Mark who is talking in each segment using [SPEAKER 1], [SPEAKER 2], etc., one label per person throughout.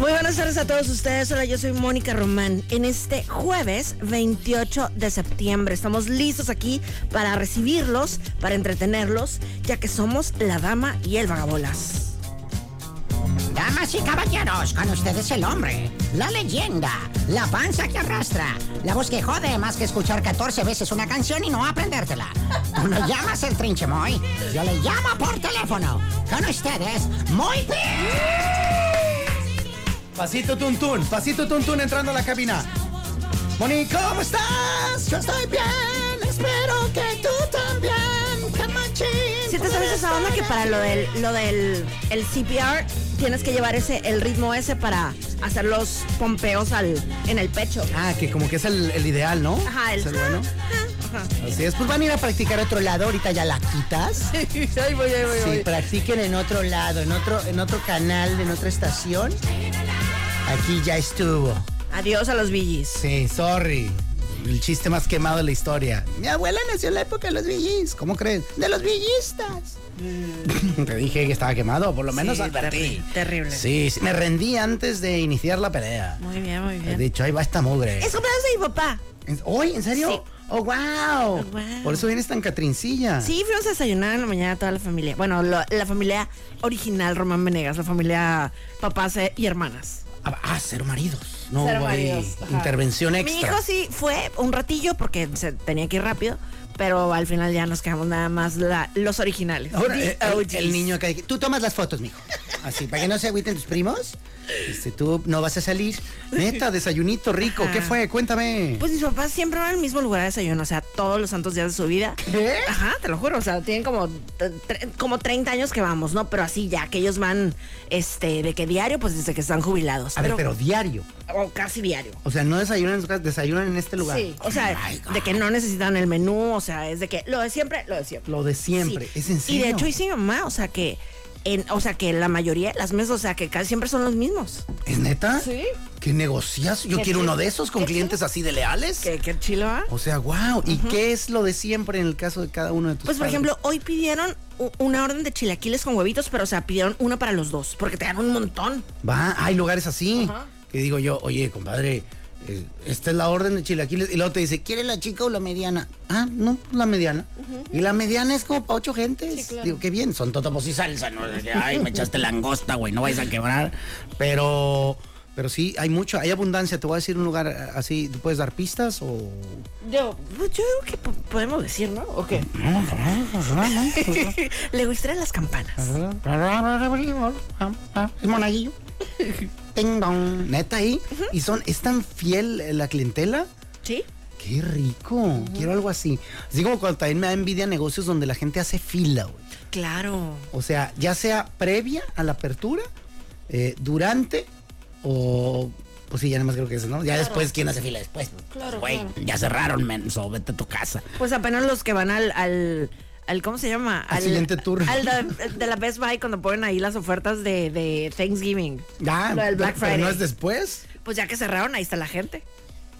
[SPEAKER 1] Muy buenas tardes a todos ustedes. Hola, yo soy Mónica Román. En este jueves 28 de septiembre estamos listos aquí para recibirlos, para entretenerlos, ya que somos la dama y el vagabolas.
[SPEAKER 2] Damas y caballeros, con ustedes el hombre, la leyenda, la panza que arrastra, la voz que jode más que escuchar 14 veces una canción y no aprendértela. Tú me llamas el trinche Moy, yo le llamo por teléfono. Con ustedes, Moy
[SPEAKER 3] Pasito Tuntún, Pasito Tuntún entrando a la cabina. Moni, ¿cómo estás? Yo estoy bien, espero que tú también, Camachín.
[SPEAKER 1] Si te sabes esa onda que para lo del, lo del el CPR tienes que llevar ese, el ritmo ese para hacer los pompeos al, en el pecho.
[SPEAKER 3] Ah, que como que es el, el ideal, ¿no?
[SPEAKER 1] Ajá, el...
[SPEAKER 3] Es el bueno.
[SPEAKER 1] Ajá.
[SPEAKER 3] Así es, pues van a ir a practicar a otro lado, ahorita ya la quitas.
[SPEAKER 1] Ahí voy, ahí voy, ahí
[SPEAKER 3] Sí,
[SPEAKER 1] voy.
[SPEAKER 3] practiquen en otro lado, en otro, en otro canal, en otra estación. Aquí ya estuvo.
[SPEAKER 1] Adiós a los billis.
[SPEAKER 3] Sí, sorry. El chiste más quemado de la historia. Mi abuela nació en la época de los villis. ¿Cómo crees? De los villistas. Te dije que estaba quemado, por lo menos
[SPEAKER 1] Sí,
[SPEAKER 3] advertí.
[SPEAKER 1] terrible, terrible.
[SPEAKER 3] Sí, sí, me rendí antes de iniciar la pelea.
[SPEAKER 1] Muy bien, muy
[SPEAKER 3] He
[SPEAKER 1] bien.
[SPEAKER 3] dicho, ahí va esta mugre.
[SPEAKER 1] Es cumpleaños de mi papá.
[SPEAKER 3] ¿En- ¿Hoy? ¿En serio?
[SPEAKER 1] Sí.
[SPEAKER 3] Oh, wow.
[SPEAKER 1] Wow.
[SPEAKER 3] Por eso vienes tan catrincilla.
[SPEAKER 1] Sí, fuimos a desayunar en la mañana toda la familia. Bueno, lo- la familia original Román Venegas, la familia papás eh, y hermanas.
[SPEAKER 3] Ah, ah, cero maridos. No,
[SPEAKER 1] Cero
[SPEAKER 3] hubo ahí
[SPEAKER 1] maridos, ajá.
[SPEAKER 3] Intervención
[SPEAKER 1] Mi
[SPEAKER 3] extra.
[SPEAKER 1] hijo sí fue un ratillo porque se tenía que ir rápido, pero al final ya nos quedamos nada más la- los originales.
[SPEAKER 3] Ahora,
[SPEAKER 1] The
[SPEAKER 3] eh, el,
[SPEAKER 1] OGs.
[SPEAKER 3] el niño acá, tú tomas las fotos, mijo. Así, para que no se agüiten tus primos. Este, tú no vas a salir. Neta, desayunito rico. ¿Qué
[SPEAKER 1] Ajá.
[SPEAKER 3] fue? Cuéntame.
[SPEAKER 1] Pues mis papás siempre van al mismo lugar a desayuno, o sea, todos los santos días de su vida.
[SPEAKER 3] ¿Qué?
[SPEAKER 1] Ajá, te lo juro, o sea, tienen como, t- tre- como 30 años que vamos, ¿no? Pero así ya, que ellos van, este, de que diario, pues desde que están jubilados.
[SPEAKER 3] A ver, pero diario.
[SPEAKER 1] O casi diario.
[SPEAKER 3] O sea, no desayunan en su casa, desayunan en este lugar.
[SPEAKER 1] Sí, o sea,
[SPEAKER 3] Ay,
[SPEAKER 1] de que no necesitan el menú, o sea, es de que lo de siempre, lo de siempre.
[SPEAKER 3] Lo de siempre.
[SPEAKER 1] Sí.
[SPEAKER 3] Es en serio.
[SPEAKER 1] Y de hecho hice mi mamá, o sea que en, o sea que la mayoría de las mesas, o sea que casi siempre son los mismos.
[SPEAKER 3] ¿Es neta?
[SPEAKER 1] Sí.
[SPEAKER 3] ¿Qué negocias? Yo
[SPEAKER 1] ¿Qué
[SPEAKER 3] quiero
[SPEAKER 1] chi-
[SPEAKER 3] uno de esos con
[SPEAKER 1] qué
[SPEAKER 3] clientes así de leales.
[SPEAKER 1] Que qué chilo, ¿ah?
[SPEAKER 3] O sea, wow. ¿Y qué es lo de siempre en el caso de cada uno de tus
[SPEAKER 1] Pues por
[SPEAKER 3] padres?
[SPEAKER 1] ejemplo, hoy pidieron u- una orden de chilaquiles con huevitos, pero o sea, pidieron una para los dos, porque te dan un montón.
[SPEAKER 3] Va, hay lugares así. Que digo yo, oye, compadre, eh, esta es la orden de chilaquiles. Y luego te dice, ¿quiere la chica o la mediana? Ah, no, pues la mediana. Y la mediana es como para ocho gentes. Digo, qué bien, son totopos y salsa. ¿no? De que, Ay, me echaste langosta, güey, no vais a quebrar. Pero, pero sí, hay mucho, hay abundancia. Te voy a decir un lugar eh, así, ¿tú puedes dar pistas o...?
[SPEAKER 1] Yo, pues, yo creo que po- podemos decir, ¿no? ¿O qué? Le gustarán las campanas.
[SPEAKER 3] El monaguillo. Ding dong. Neta ahí. Y son, es tan fiel eh, la clientela.
[SPEAKER 1] ¿Sí?
[SPEAKER 3] Qué rico. Quiero algo así. Así como cuando también me da envidia negocios donde la gente hace fila, güey.
[SPEAKER 1] Claro.
[SPEAKER 3] O sea, ya sea previa a la apertura, eh, durante o. Pues sí, ya nada más creo que eso, ¿no? Ya después, ¿quién hace fila después? Claro. Güey, ya cerraron, menso, vete a tu casa.
[SPEAKER 1] Pues apenas los que van al, al, al- ¿cómo se llama?
[SPEAKER 3] Al siguiente turno.
[SPEAKER 1] Al de, de la Best Buy cuando ponen ahí las ofertas de, de Thanksgiving.
[SPEAKER 3] Ya.
[SPEAKER 1] Lo del Black
[SPEAKER 3] pero- pero
[SPEAKER 1] Friday.
[SPEAKER 3] ¿No es después?
[SPEAKER 1] Pues ya que cerraron, ahí está la gente.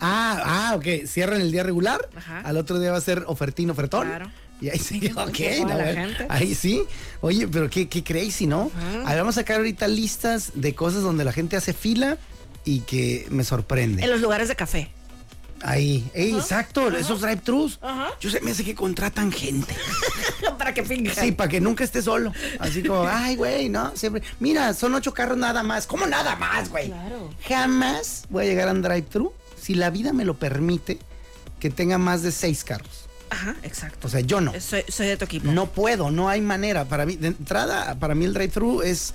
[SPEAKER 3] Ah, ah, ok. Cierran el día regular.
[SPEAKER 1] Ajá.
[SPEAKER 3] Al otro día va a ser ofertín, ofertón.
[SPEAKER 1] Claro.
[SPEAKER 3] Y ahí sí, ok.
[SPEAKER 1] Llegó a
[SPEAKER 3] no,
[SPEAKER 1] la
[SPEAKER 3] bueno,
[SPEAKER 1] gente.
[SPEAKER 3] Ahí sí. Oye, pero qué, qué crazy, ¿no? Ahí vamos a sacar ahorita listas de cosas donde la gente hace fila y que me sorprende.
[SPEAKER 1] En los lugares de café.
[SPEAKER 3] Ahí. Ey, exacto. Esos drive-thrus. Yo se me hace que contratan gente.
[SPEAKER 1] Para que finja.
[SPEAKER 3] Sí, para que nunca esté solo. Así como, ay, güey, ¿no? Siempre. Mira, son ocho carros nada más. ¿Cómo nada más, güey?
[SPEAKER 1] Claro.
[SPEAKER 3] Jamás voy a llegar a un drive-thru si la vida me lo permite que tenga más de seis carros.
[SPEAKER 1] Ajá, exacto.
[SPEAKER 3] O sea, yo no.
[SPEAKER 1] Soy, soy de tu equipo.
[SPEAKER 3] No puedo, no hay manera. Para mí, de entrada, para mí el drive-thru es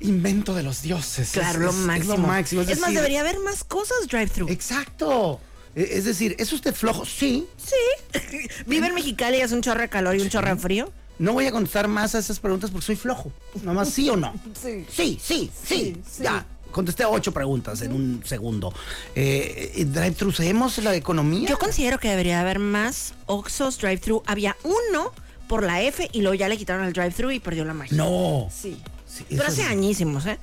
[SPEAKER 3] invento de los dioses.
[SPEAKER 1] Claro,
[SPEAKER 3] Es-
[SPEAKER 1] lo
[SPEAKER 3] es-
[SPEAKER 1] máximo.
[SPEAKER 3] Es lo máximo. Es,
[SPEAKER 1] Es más,
[SPEAKER 3] decir,
[SPEAKER 1] debería haber más cosas drive-thru.
[SPEAKER 3] Exacto. E- Es decir, ¿es usted flojo? Sí.
[SPEAKER 1] Sí. Vive en Mexicali y hace un chorro de calor y un chorro de frío.
[SPEAKER 3] No voy a contestar más a esas preguntas porque soy flojo. Nada más sí o no. Sí. Sí, sí, sí. ya. contesté ocho preguntas en un segundo. Eh, eh, ¿Drive-trucemos la economía?
[SPEAKER 1] Yo considero que debería haber más Oxos drive-thru. Había uno por la F y luego ya le quitaron el drive-thru y perdió la magia.
[SPEAKER 3] no.
[SPEAKER 1] Sí.
[SPEAKER 3] Sí,
[SPEAKER 1] Pero
[SPEAKER 3] eso
[SPEAKER 1] hace
[SPEAKER 3] es-
[SPEAKER 1] añísimos, ¿eh?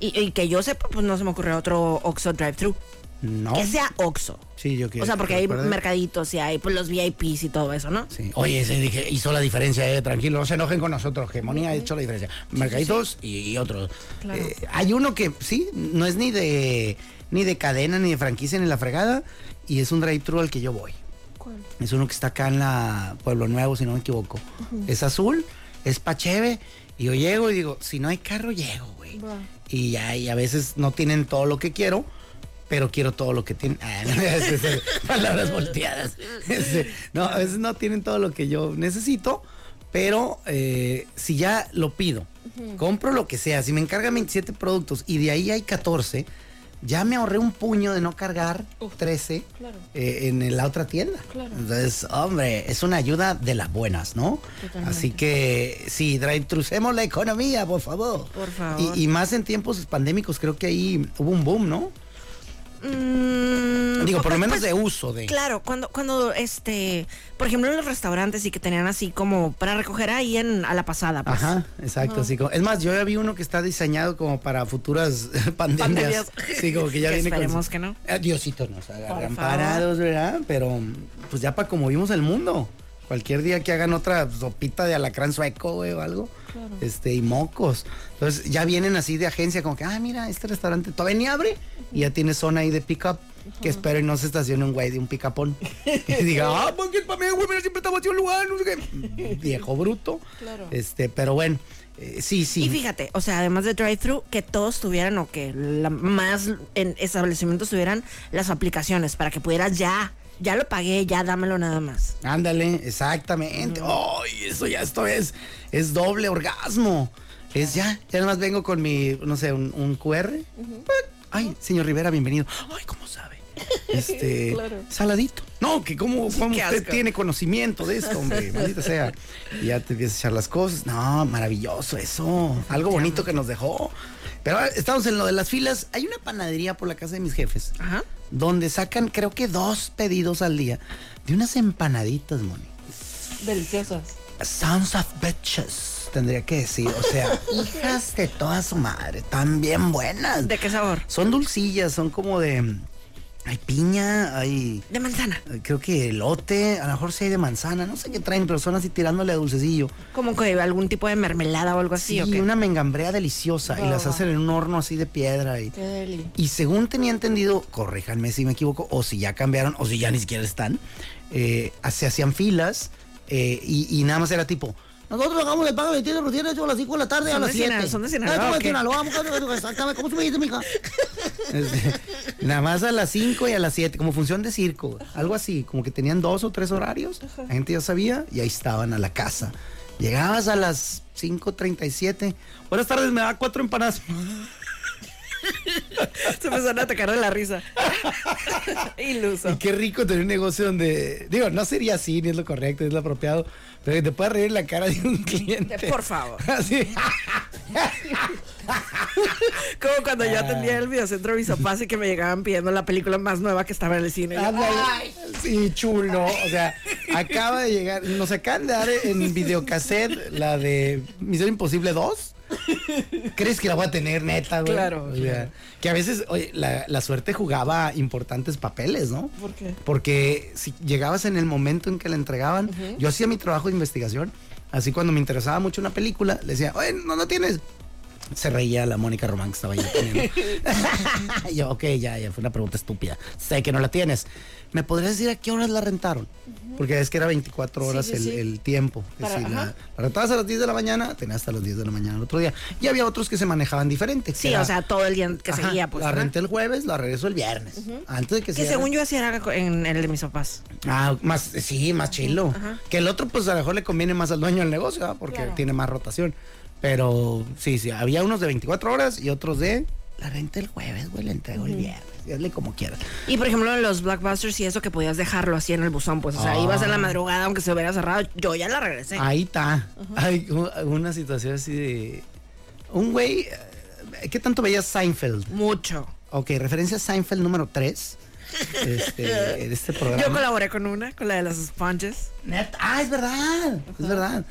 [SPEAKER 1] Y, y que yo sepa, pues no se me ocurrió otro Oxxo drive-thru.
[SPEAKER 3] No.
[SPEAKER 1] Que sea Oxxo.
[SPEAKER 3] Sí, yo que-
[SPEAKER 1] O sea, porque hay
[SPEAKER 3] recuerde.
[SPEAKER 1] mercaditos y hay pues, los VIPs y todo eso, ¿no?
[SPEAKER 3] Sí. Oye, sí, dije, hizo la diferencia, eh, tranquilo, no se enojen con nosotros, que Moni ha hecho la diferencia. Mercaditos y, y otros. Eh, hay uno que, sí, no es ni de ni de cadena, ni de franquicia, ni la fregada, y es un drive-thru al que yo voy. Es uno que está acá en la Pueblo Nuevo, si no me equivoco. Es azul, es pacheve, y yo llego y digo, si no hay carro, llego, güey. Y ya, y a veces no tienen todo lo que quiero, pero quiero todo lo que tienen. Ah, no, es- es- palabras volteadas. Este, no, a veces no tienen todo lo que yo necesito, pero eh, si ya lo pido, compro lo que sea, si me encargan 27 productos y de ahí hay 14, ya me ahorré un puño de no cargar 13 eh, en la otra tienda. Entonces, hombre, es una ayuda de las buenas, ¿no? Así que sí, trucemos la economía, por favor.
[SPEAKER 1] Por favor.
[SPEAKER 3] Y, y más en tiempos pandémicos, creo que ahí hubo un boom, ¿no?
[SPEAKER 1] Mm,
[SPEAKER 3] Digo, por lo
[SPEAKER 1] pues,
[SPEAKER 3] menos
[SPEAKER 1] pues,
[SPEAKER 3] de uso de...
[SPEAKER 1] Claro, cuando, cuando, este, por ejemplo, en los restaurantes y que tenían así como para recoger ahí en, a la pasada, pues.
[SPEAKER 3] Ajá, exacto. Así como, es más, yo ya vi uno que está diseñado como para futuras
[SPEAKER 1] Pandemias.
[SPEAKER 3] pandemias. Sí, como que ya
[SPEAKER 1] Que
[SPEAKER 3] viene con-
[SPEAKER 1] esperemos que no.
[SPEAKER 3] Eh, Diosito nos agarran
[SPEAKER 1] favor.
[SPEAKER 3] parados, ¿verdad? Pero pues ya para como vimos el mundo. Cualquier día que hagan otra sopita de alacrán sueco, güey, o algo. Este, y mocos. Entonces ya vienen así de agencia, como que, ah, mira, este restaurante todavía ni abre. Y ya tiene zona ahí de pick-up. Que espero y no se estacione un güey de un picapón. y diga, ah, pues que para mí, güey, mira, siempre está vacío el lugar, no sé qué. Viejo bruto. Claro. Este, pero bueno, eh, sí, sí.
[SPEAKER 1] Y fíjate, o sea, además de drive-thru, que todos tuvieran o que la- más en establecimientos tuvieran las aplicaciones para que pudieras ya, ya lo pagué, ya dámelo nada más.
[SPEAKER 3] Ándale, exactamente. ¡Ay, eso ya esto es! Es doble orgasmo. Es ya, ya nada más vengo con mi, no sé, un, un QR. ¡Ay, señor Rivera, bienvenido! ¡Ay, cómo sabe! Este, saladito. No, que cómo, cómo usted tiene conocimiento de esto, hombre, maldita sea. Y ya te empiezas a echar las cosas. No, maravilloso eso. Algo bonito que nos dejó. Pero ahora estamos en lo de las filas. Hay una panadería por la casa de mis jefes
[SPEAKER 1] Ajá.
[SPEAKER 3] donde sacan creo que dos pedidos al día de unas empanaditas, Moni.
[SPEAKER 1] Deliciosas.
[SPEAKER 3] Sons of bitches, tendría que decir. O sea, hijas de toda su madre, tan bien buenas.
[SPEAKER 1] ¿De qué sabor?
[SPEAKER 3] Son dulcillas, son como de... Hay piña, hay...
[SPEAKER 1] De manzana.
[SPEAKER 3] Creo que elote, a lo mejor sí hay de manzana, no sé qué traen, pero son así tirándole a dulcecillo.
[SPEAKER 1] Como que algún tipo de mermelada o algo así,
[SPEAKER 3] Sí,
[SPEAKER 1] ¿o qué?
[SPEAKER 3] una mengambrea deliciosa y las hacen en un horno así de piedra y... Y según tenía entendido, corríjanme si me equivoco, o si ya cambiaron, o si ya ni siquiera están, eh, se hacían filas eh, y, y nada más era tipo. Nosotros hagamos el pago 27 por 7 a las 5 de la tarde a
[SPEAKER 1] Son
[SPEAKER 3] las
[SPEAKER 1] de Sinaloa,
[SPEAKER 3] 7.
[SPEAKER 1] son de ah, Sinaloa, ¿o qué?
[SPEAKER 3] vamos, exactamente. ¿Cómo se me dice, mija? Este, nada más a las 5 y a las 7, como función de circo, güey, algo así, como que tenían dos o tres horarios, la gente ya sabía y ahí estaban a la casa. Llegabas a las 5.37, buenas tardes, me da cuatro empanadas.
[SPEAKER 1] Se empezaron a atacar de la risa.
[SPEAKER 3] Y
[SPEAKER 1] Iluso.
[SPEAKER 3] qué rico tener un negocio donde, digo, no sería así, ni es lo correcto, ni es lo apropiado, pero que te puedas reír en la cara de un cliente.
[SPEAKER 1] Por favor.
[SPEAKER 3] Así.
[SPEAKER 1] Como cuando yo atendía el videocentro Visopaz y que me llegaban pidiendo la película más nueva que estaba en el cine.
[SPEAKER 3] Ándale. Sí, chulo. O sea, acaba de llegar, nos acaban de dar en videocassette la de Misión Imposible 2. ¿Crees que la voy a tener, neta, güey?
[SPEAKER 1] Claro,
[SPEAKER 3] O sea, Que a veces, oye, la, la suerte jugaba importantes papeles, ¿no? ¿Por qué? Porque si llegabas en el momento en que la entregaban, yo hacía mi trabajo de investigación. Así cuando me interesaba mucho una película, le decía, oye, no, no tienes. Se reía la Mónica Román que estaba ahí. poniendo. yo, ok, ya, ya fue una pregunta estúpida. Sé que no la tienes. ¿Me podrías decir a qué horas la rentaron? Porque es que era 24 horas el, el tiempo. Es decir, la, la rentabas a las 10 de la mañana, tenías hasta las 10 de la mañana el otro día. Y había otros que se manejaban diferente.
[SPEAKER 1] Sí,
[SPEAKER 3] Era-
[SPEAKER 1] o sea, todo el día que
[SPEAKER 3] Ajá,
[SPEAKER 1] seguía, pues.
[SPEAKER 3] La
[SPEAKER 1] ¿no?
[SPEAKER 3] renté el jueves, la regreso el viernes. Antes de que
[SPEAKER 1] Que
[SPEAKER 3] sea-
[SPEAKER 1] según yo así era en el de mis papás.
[SPEAKER 3] Ah, más, sí, más chilo. Que el otro, pues a lo mejor le conviene más al dueño del negocio, ¿verdad? porque tiene más rotación. Pero sí, sí, había unos de 24 horas y otros de la renta el jueves, güey, la entrego el viernes. Hazle como quieras.
[SPEAKER 1] Y por ejemplo, en los blockbusters y eso que podías dejarlo así en el buzón, pues, o sea, ibas en la madrugada aunque se hubiera cerrado. Yo ya la regresé.
[SPEAKER 3] Ahí está. Hay u- una situación así de. Un güey eh, ¿Qué tanto veías Seinfeld?
[SPEAKER 1] Mucho.
[SPEAKER 3] Ok, referencia a Seinfeld número 3 este, de este programa.
[SPEAKER 1] Yo colaboré con una, con la de las sponges.
[SPEAKER 3] Neta, Ah, es verdad, es verdad.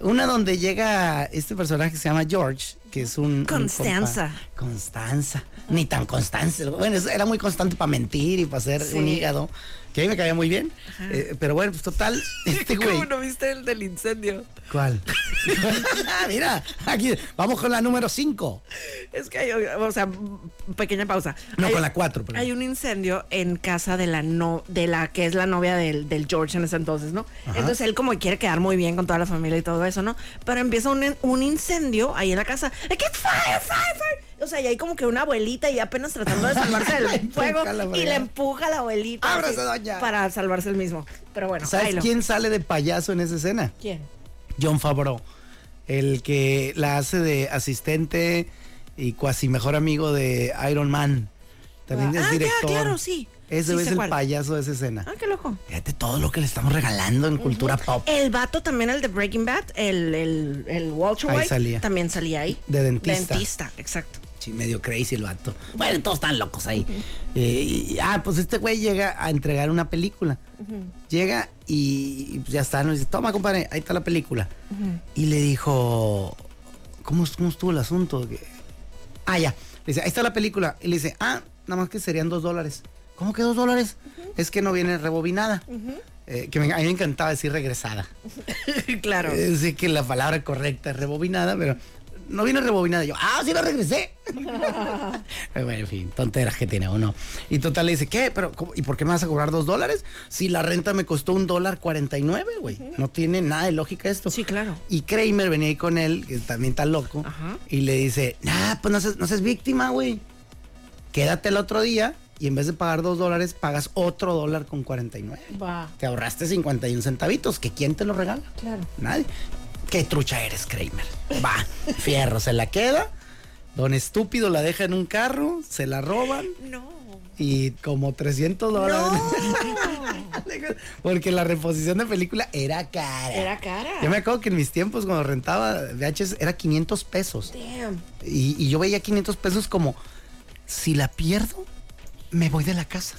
[SPEAKER 3] Una donde llega este personaje que se llama George, que es un... un
[SPEAKER 1] Constanza.
[SPEAKER 3] compa- Constanza. Ni tan Constanza. Bueno, es- era muy constante para mentir y para hacer un hígado, que a mí me caía muy bien. Eh, pero bueno, pues total, este güey...
[SPEAKER 1] ¿Cómo no viste el del incendio?
[SPEAKER 3] ¿Cuál? Mira, aquí vamos con la número 5.
[SPEAKER 1] Es que hay, o sea, pequeña pausa.
[SPEAKER 3] No,
[SPEAKER 1] Hay-
[SPEAKER 3] con la 4.
[SPEAKER 1] Hay un incendio en casa de la no, de la que es la novia del, del George en ese entonces, ¿no? Entonces él como que quiere quedar muy bien con toda la familia y todo eso, ¿no? Pero empieza un, en- un incendio ahí en la casa. ¡Eh, ¡Que fire, fire, fire! O sea, y hay como que una abuelita y apenas tratando de salvarse
[SPEAKER 3] La
[SPEAKER 1] del
[SPEAKER 3] empuja
[SPEAKER 1] fuego
[SPEAKER 3] la
[SPEAKER 1] y
[SPEAKER 3] fregada.
[SPEAKER 1] le empuja a la abuelita
[SPEAKER 3] ¡Ábrase,
[SPEAKER 1] así,
[SPEAKER 3] doña!
[SPEAKER 1] para salvarse el mismo. Pero bueno, ahí
[SPEAKER 3] ¿Sabes
[SPEAKER 1] lo-
[SPEAKER 3] quién sale de payaso en esa escena?
[SPEAKER 1] ¿Quién?
[SPEAKER 3] John Favreau, el que la hace de asistente y cuasi mejor amigo de Iron Man. También
[SPEAKER 1] Ah,
[SPEAKER 3] es
[SPEAKER 1] ya,
[SPEAKER 3] director.
[SPEAKER 1] claro, sí.
[SPEAKER 3] Ese
[SPEAKER 1] Sí
[SPEAKER 3] es
[SPEAKER 1] sé
[SPEAKER 3] el
[SPEAKER 1] cuál.
[SPEAKER 3] payaso de esa escena.
[SPEAKER 1] Ah, qué loco.
[SPEAKER 3] Fíjate todo lo que le estamos regalando en cultura pop.
[SPEAKER 1] El vato también, el de Breaking Bad, el, el, el Walter
[SPEAKER 3] Ahí
[SPEAKER 1] White,
[SPEAKER 3] salía.
[SPEAKER 1] también salía ahí.
[SPEAKER 3] De dentista.
[SPEAKER 1] Dentista, exacto.
[SPEAKER 3] Sí, medio crazy el vato. Bueno, todos están locos ahí. Eh, y- ah, pues este güey llega a entregar una película. Llega y, y pues ya está, nos dice, toma, compadre, ahí está la película. Y le dijo, ¿cómo, est- cómo estuvo el asunto? Que- Ah, ya. Le dice, ahí está la película. Y le dice, ah, nada más que serían dos dólares. ¿Cómo que dos dólares? Es que no viene rebobinada. Eh, que me- a mí me encantaba decir regresada.
[SPEAKER 1] claro.
[SPEAKER 3] Eh, sí que la palabra correcta es rebobinada, pero no viene rebobinada. Yo, ah, sí me regresé. Pero bueno, en fin, tonteras que tiene uno. Y total le dice, ¿qué? ¿Pero, cómo- ¿Y por qué me vas a cobrar dos dólares? Si la renta me costó un dólar cuarenta y nueve, güey. No tiene nada de lógica esto.
[SPEAKER 1] Sí, claro.
[SPEAKER 3] Y Kramer venía ahí con él, que también está loco,
[SPEAKER 1] Ajá.
[SPEAKER 3] y le dice, nah, pues no seas, no seas víctima, güey. Quédate el otro día y en vez de pagar dos dólares, pagas otro dólar con cuarenta y nueve.
[SPEAKER 1] Va.
[SPEAKER 3] Te ahorraste 51 centavitos, que quién te lo regala. Claro. Nadie. Qué trucha eres, Kramer. Va, fierro, se la queda. Don estúpido la deja en un carro, se la roban
[SPEAKER 1] No.
[SPEAKER 3] y como 300 dólares. Porque la reposición de película era cara.
[SPEAKER 1] Era cara.
[SPEAKER 3] Yo me acuerdo que en mis tiempos cuando rentaba VHS era 500 pesos.
[SPEAKER 1] Damn.
[SPEAKER 3] Y, y yo veía 500 pesos como, si la pierdo, me voy de la casa.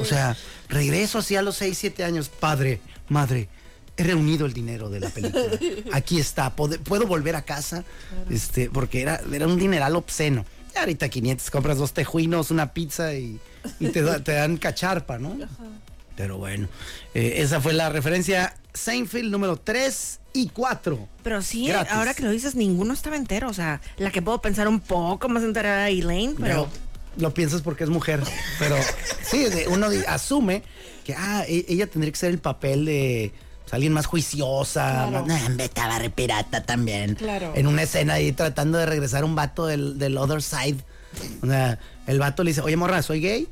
[SPEAKER 3] O sea, regreso así a los 6, 7 años. Padre, madre, he reunido el dinero de la película. Aquí está, pode- puedo volver a casa. Este, porque era, era un dineral obsceno. Y ahorita 500, compras dos tejuinos, una pizza y, y te, da- te dan cacharpa, ¿no? Pero bueno, eh, esa fue la referencia Seinfeld número 3 y 4.
[SPEAKER 1] Pero sí,
[SPEAKER 3] Gratis.
[SPEAKER 1] ahora que lo dices, ninguno estaba entero. O sea, la que puedo pensar un poco más enterada era Elaine, pero.
[SPEAKER 3] Pero lo piensas porque es mujer. Pero sí, de- uno di- asume que ah, e- ella tendría que ser el papel de pues, alguien más juiciosa. más- "Ah, hombre, estaba re pirata también.
[SPEAKER 1] Claro.
[SPEAKER 3] En una escena ahí tratando de regresar un vato del, del other side. O sea, el vato le dice, oye morra, soy gay.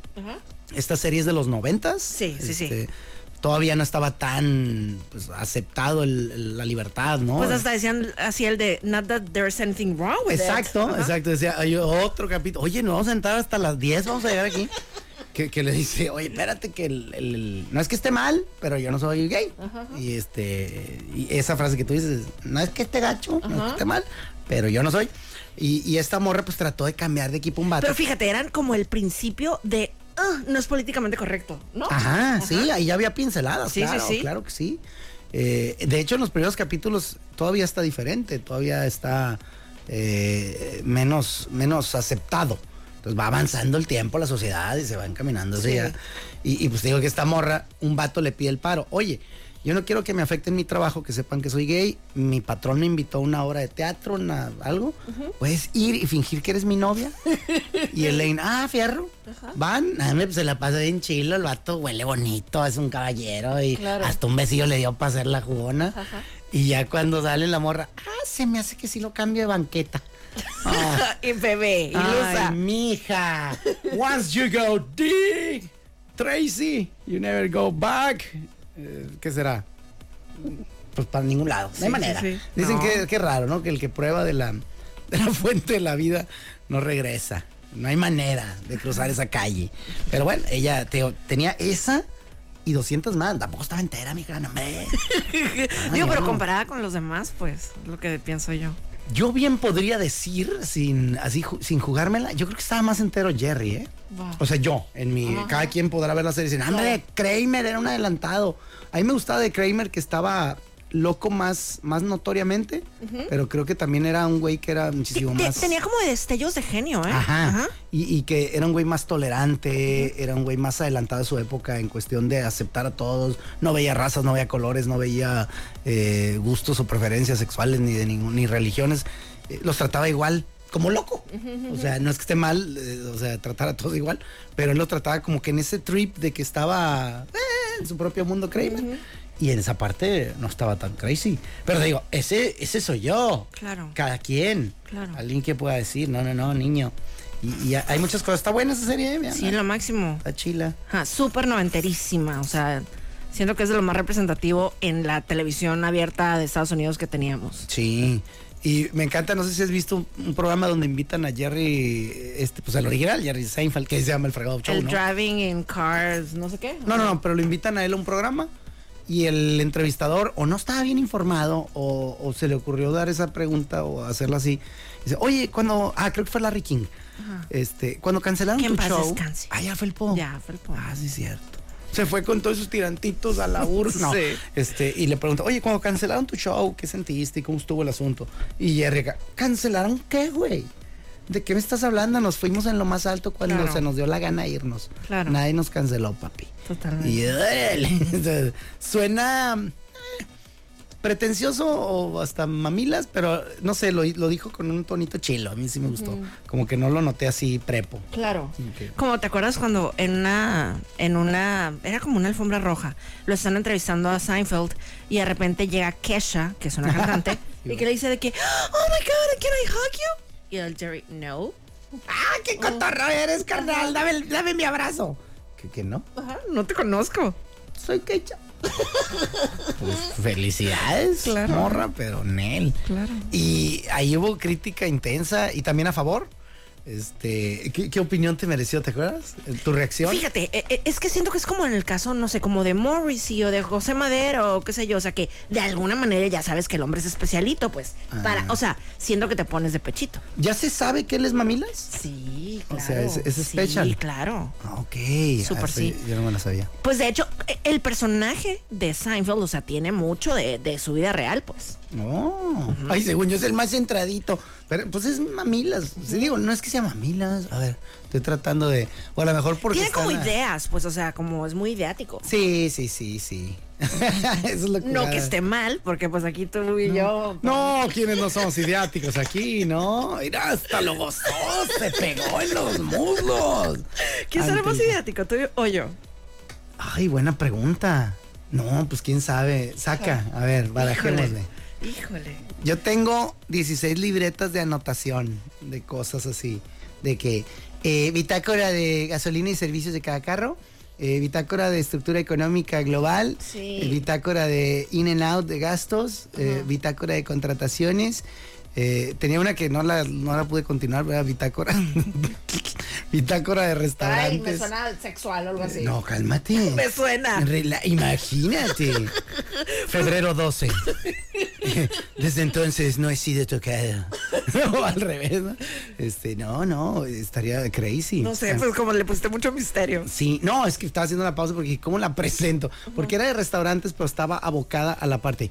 [SPEAKER 3] Esta serie es de los noventas. Este,
[SPEAKER 1] Sí, sí, sí.
[SPEAKER 3] Todavía no estaba tan pues, aceptado el- el- la libertad, ¿no?
[SPEAKER 1] Pues hasta decían así el de Not that there's anything wrong with
[SPEAKER 3] Ah, Exacto,
[SPEAKER 1] it. Ajá.
[SPEAKER 3] exacto. Decía, hay otro capítulo. Oye, nos vamos a entrar hasta las 10, vamos a llegar aquí. Que, que le dice, oye, espérate, que el, el- el- no es que esté mal, pero yo no soy gay. Y este, y esa frase que tú dices, no es que esté gacho, no es que esté mal, pero yo no soy. Y, y esta morra, pues trató de cambiar de equipo un vato.
[SPEAKER 1] Pero fíjate, eran como el principio de. "Ah, no es políticamente correcto, ¿no?
[SPEAKER 3] Ajá, sí, ahí ya había pinceladas,
[SPEAKER 1] Sí, sí,
[SPEAKER 3] claro,
[SPEAKER 1] sí.
[SPEAKER 3] claro que sí. Eh, de hecho, en los primeros capítulos todavía está diferente, todavía está eh, menos, menos aceptado. Entonces va avanzando el tiempo, la sociedad y se va encaminando hacia allá. Y, y pues te digo que esta morra, un vato le pide el paro. Oye, yo no quiero que me afecten mi trabajo, que sepan que soy gay. Mi patrón me invitó a una obra de teatro, una- algo. Puedes ir y fingir que eres mi novia. Y Elaine, ah, fierro. Van, ah, hombre, pues se la pasa bien chilo, el vato huele bonito, es un caballero y hasta un besillo le dio para hacer la jugona. Y ya cuando sale la morra, ah, se me hace que sí lo cambio de banqueta. Ah,
[SPEAKER 1] Y bebé, y
[SPEAKER 3] Ay, mija. Once you go deep, Tracy, you never go back. Eh, ¿Qué será? Pues para ningún lado, no hay
[SPEAKER 1] Sí,
[SPEAKER 3] manera.
[SPEAKER 1] sí, sí.
[SPEAKER 3] Dicen
[SPEAKER 1] No.
[SPEAKER 3] que, que raro, ¿no? Que el que prueba de la, de la fuente de la vida no regresa. No hay manera de cruzar esa calle. Pero bueno, ella te- tenía esa y 200 más. Tampoco estaba entera, mija, no, hombre.
[SPEAKER 1] Digo,
[SPEAKER 3] Ay,
[SPEAKER 1] pero
[SPEAKER 3] no.
[SPEAKER 1] comparada con los demás, pues, lo que pienso yo.
[SPEAKER 3] Yo bien podría decir, sin, así, ju- sin jugármela, yo creo que estaba más entero Jerry, ¿eh? O sea, yo, en mi. Cada quien podrá ver la serie y decir, hombre, Kramer era un adelantado. A mí me gustaba de Kramer que estaba loco más, más notoriamente, pero creo que también era un güey que era muchísimo
[SPEAKER 1] Te-
[SPEAKER 3] más.
[SPEAKER 1] Tenía como destellos de genio, ¿eh?
[SPEAKER 3] Ajá. Y, y que era un güey más tolerante, era un güey más adelantado a su época en cuestión de aceptar a todos. No veía razas, no veía colores, no veía eh, gustos o preferencias sexuales ni de ningún, ni religiones. Eh, los trataba igual, como loco. O sea, no es que esté mal, eh, o sea, tratar a todos igual, pero él los trataba como que en ese trip de que estaba eh, en su propio mundo Kramer. Y en esa parte no estaba tan crazy. Pero te digo, ese, ese soy yo.
[SPEAKER 1] Claro.
[SPEAKER 3] Cada quien.
[SPEAKER 1] Claro.
[SPEAKER 3] Alguien que pueda decir, no, no, no, niño. Y, y hay muchas cosas. Está buena esa serie, ¿eh?
[SPEAKER 1] Sí, lo máximo.
[SPEAKER 3] Está chila.
[SPEAKER 1] Ajá, súper noventerísima, o sea, siento que es de lo más representativo en la televisión abierta de Estados Unidos que teníamos.
[SPEAKER 3] Sí. Y me encanta, no sé si has visto un, un programa donde invitan a Jerry, este, pues al original, Jerry Seinfeld, que se llama El Fregado Show,
[SPEAKER 1] el
[SPEAKER 3] ¿no?
[SPEAKER 1] driving in cars, no sé qué.
[SPEAKER 3] No, no, no, pero lo invitan a él a un programa y el entrevistador o no estaba bien informado o, o se le ocurrió dar esa pregunta o hacerla así. Dice, oye, cuando, ah, creo que fue Larry King. Este, cuando cancelaron
[SPEAKER 1] Que en
[SPEAKER 3] tu
[SPEAKER 1] paz
[SPEAKER 3] show.
[SPEAKER 1] descanse.
[SPEAKER 3] Ah, ya fue el po.
[SPEAKER 1] Ya, Felpo.
[SPEAKER 3] Ah, sí, cierto. Se fue con todos sus tirantitos a la URSS. No, este, y le pregunta, oye, cuando cancelaron tu show, ¿qué sentiste y cómo estuvo el asunto? Y Jerry, acá, ¿cancelaron qué, güey? ¿De qué me estás hablando? Nos fuimos en lo más alto cuando
[SPEAKER 1] Claro.
[SPEAKER 3] se nos dio la gana irnos.
[SPEAKER 1] Claro.
[SPEAKER 3] Nadie nos canceló, papi.
[SPEAKER 1] Totalmente.
[SPEAKER 3] Y órale, suena eh, pretencioso o hasta mamilas, pero no sé, lo, lo dijo con un tonito chilo. A mí sí me gustó. Como que no lo noté así prepo.
[SPEAKER 1] Claro.
[SPEAKER 3] Ok.
[SPEAKER 1] Como te acuerdas cuando en una, en una, era como una alfombra roja, lo están entrevistando a Seinfeld y de repente llega Kesha, que es una cantante, y que le dice de que, oh my god, can I hug you? Y el Jerry, no.
[SPEAKER 3] ¡Ah, qué cotorro eres, carnal! Dame, dame mi abrazo. ¿Que, que no?
[SPEAKER 1] Ajá, no te conozco.
[SPEAKER 3] Soy quecha. Pues felicidades, morra, pero Nel.
[SPEAKER 1] Claro.
[SPEAKER 3] Y ahí hubo crítica intensa y también a favor. Este, ¿qué, qué opinión te mereció? ¿Te acuerdas? Eh, ¿Tu reacción?
[SPEAKER 1] Fíjate, e- e- es que siento que es como en el caso, no sé, como de Morrissey o de José Madero o qué sé yo, o sea que de alguna manera ya sabes que el hombre es especialito, pues,
[SPEAKER 3] Ah.
[SPEAKER 1] para, o sea, siento que te pones de pechito.
[SPEAKER 3] ¿Ya se sabe que él es mamilas?
[SPEAKER 1] Sí,
[SPEAKER 3] O
[SPEAKER 1] claro.
[SPEAKER 3] sea, es- es
[SPEAKER 1] Sí,
[SPEAKER 3] special.
[SPEAKER 1] claro.
[SPEAKER 3] Ah, Ok.
[SPEAKER 1] Súper
[SPEAKER 3] Ah,
[SPEAKER 1] sí.
[SPEAKER 3] Yo no me la sabía.
[SPEAKER 1] Pues de hecho, e- el personaje de Seinfeld, o sea, tiene mucho de, de su vida real, pues.
[SPEAKER 3] No. Ay, según yo es el más centradito. Pero pues es mamilas. Sí, digo, no es que sea mamilas. A ver, estoy tratando de. O a lo mejor porque.
[SPEAKER 1] tiene como
[SPEAKER 3] están a-
[SPEAKER 1] ideas, pues, o sea, como es muy ideático.
[SPEAKER 3] Sí, sí, sí, sí. Eso es lo
[SPEAKER 1] No que
[SPEAKER 3] curada.
[SPEAKER 1] esté mal, porque pues aquí tú y yo.
[SPEAKER 3] No, quienes no somos idiáticos aquí, ¿no? Mira, hasta lo gozó, se pegó en los muslos.
[SPEAKER 1] ¿Quién será más
[SPEAKER 3] Ante-
[SPEAKER 1] ideático, tú o yo?
[SPEAKER 3] Ay, buena pregunta. No, pues quién sabe. Saca, a ver, barajémosle.
[SPEAKER 1] Híjole.
[SPEAKER 3] Yo tengo 16 libretas de anotación de cosas así. De que eh, bitácora de gasolina y servicios de cada carro, eh, bitácora de estructura económica global,
[SPEAKER 1] Sí.
[SPEAKER 3] eh, bitácora de in and out de gastos, eh, bitácora de contrataciones. eh, tenía una que no la, no la pude continuar, pero era bitácora. bitácora de restaurantes.
[SPEAKER 1] Ay, me suena sexual o algo así.
[SPEAKER 3] No, cálmate.
[SPEAKER 1] Me suena.
[SPEAKER 3] Rela- imagínate. Febrero 12. Desde entonces no he sido tocada. o al revés, ¿no? Este, no, no, estaría crazy. Ah,
[SPEAKER 1] No sé, pues como le pusiste mucho misterio.
[SPEAKER 3] Sí, no, es que estaba haciendo la pausa porque dije, ¿cómo la presento? Porque era de restaurantes, pero estaba abocada a la parte.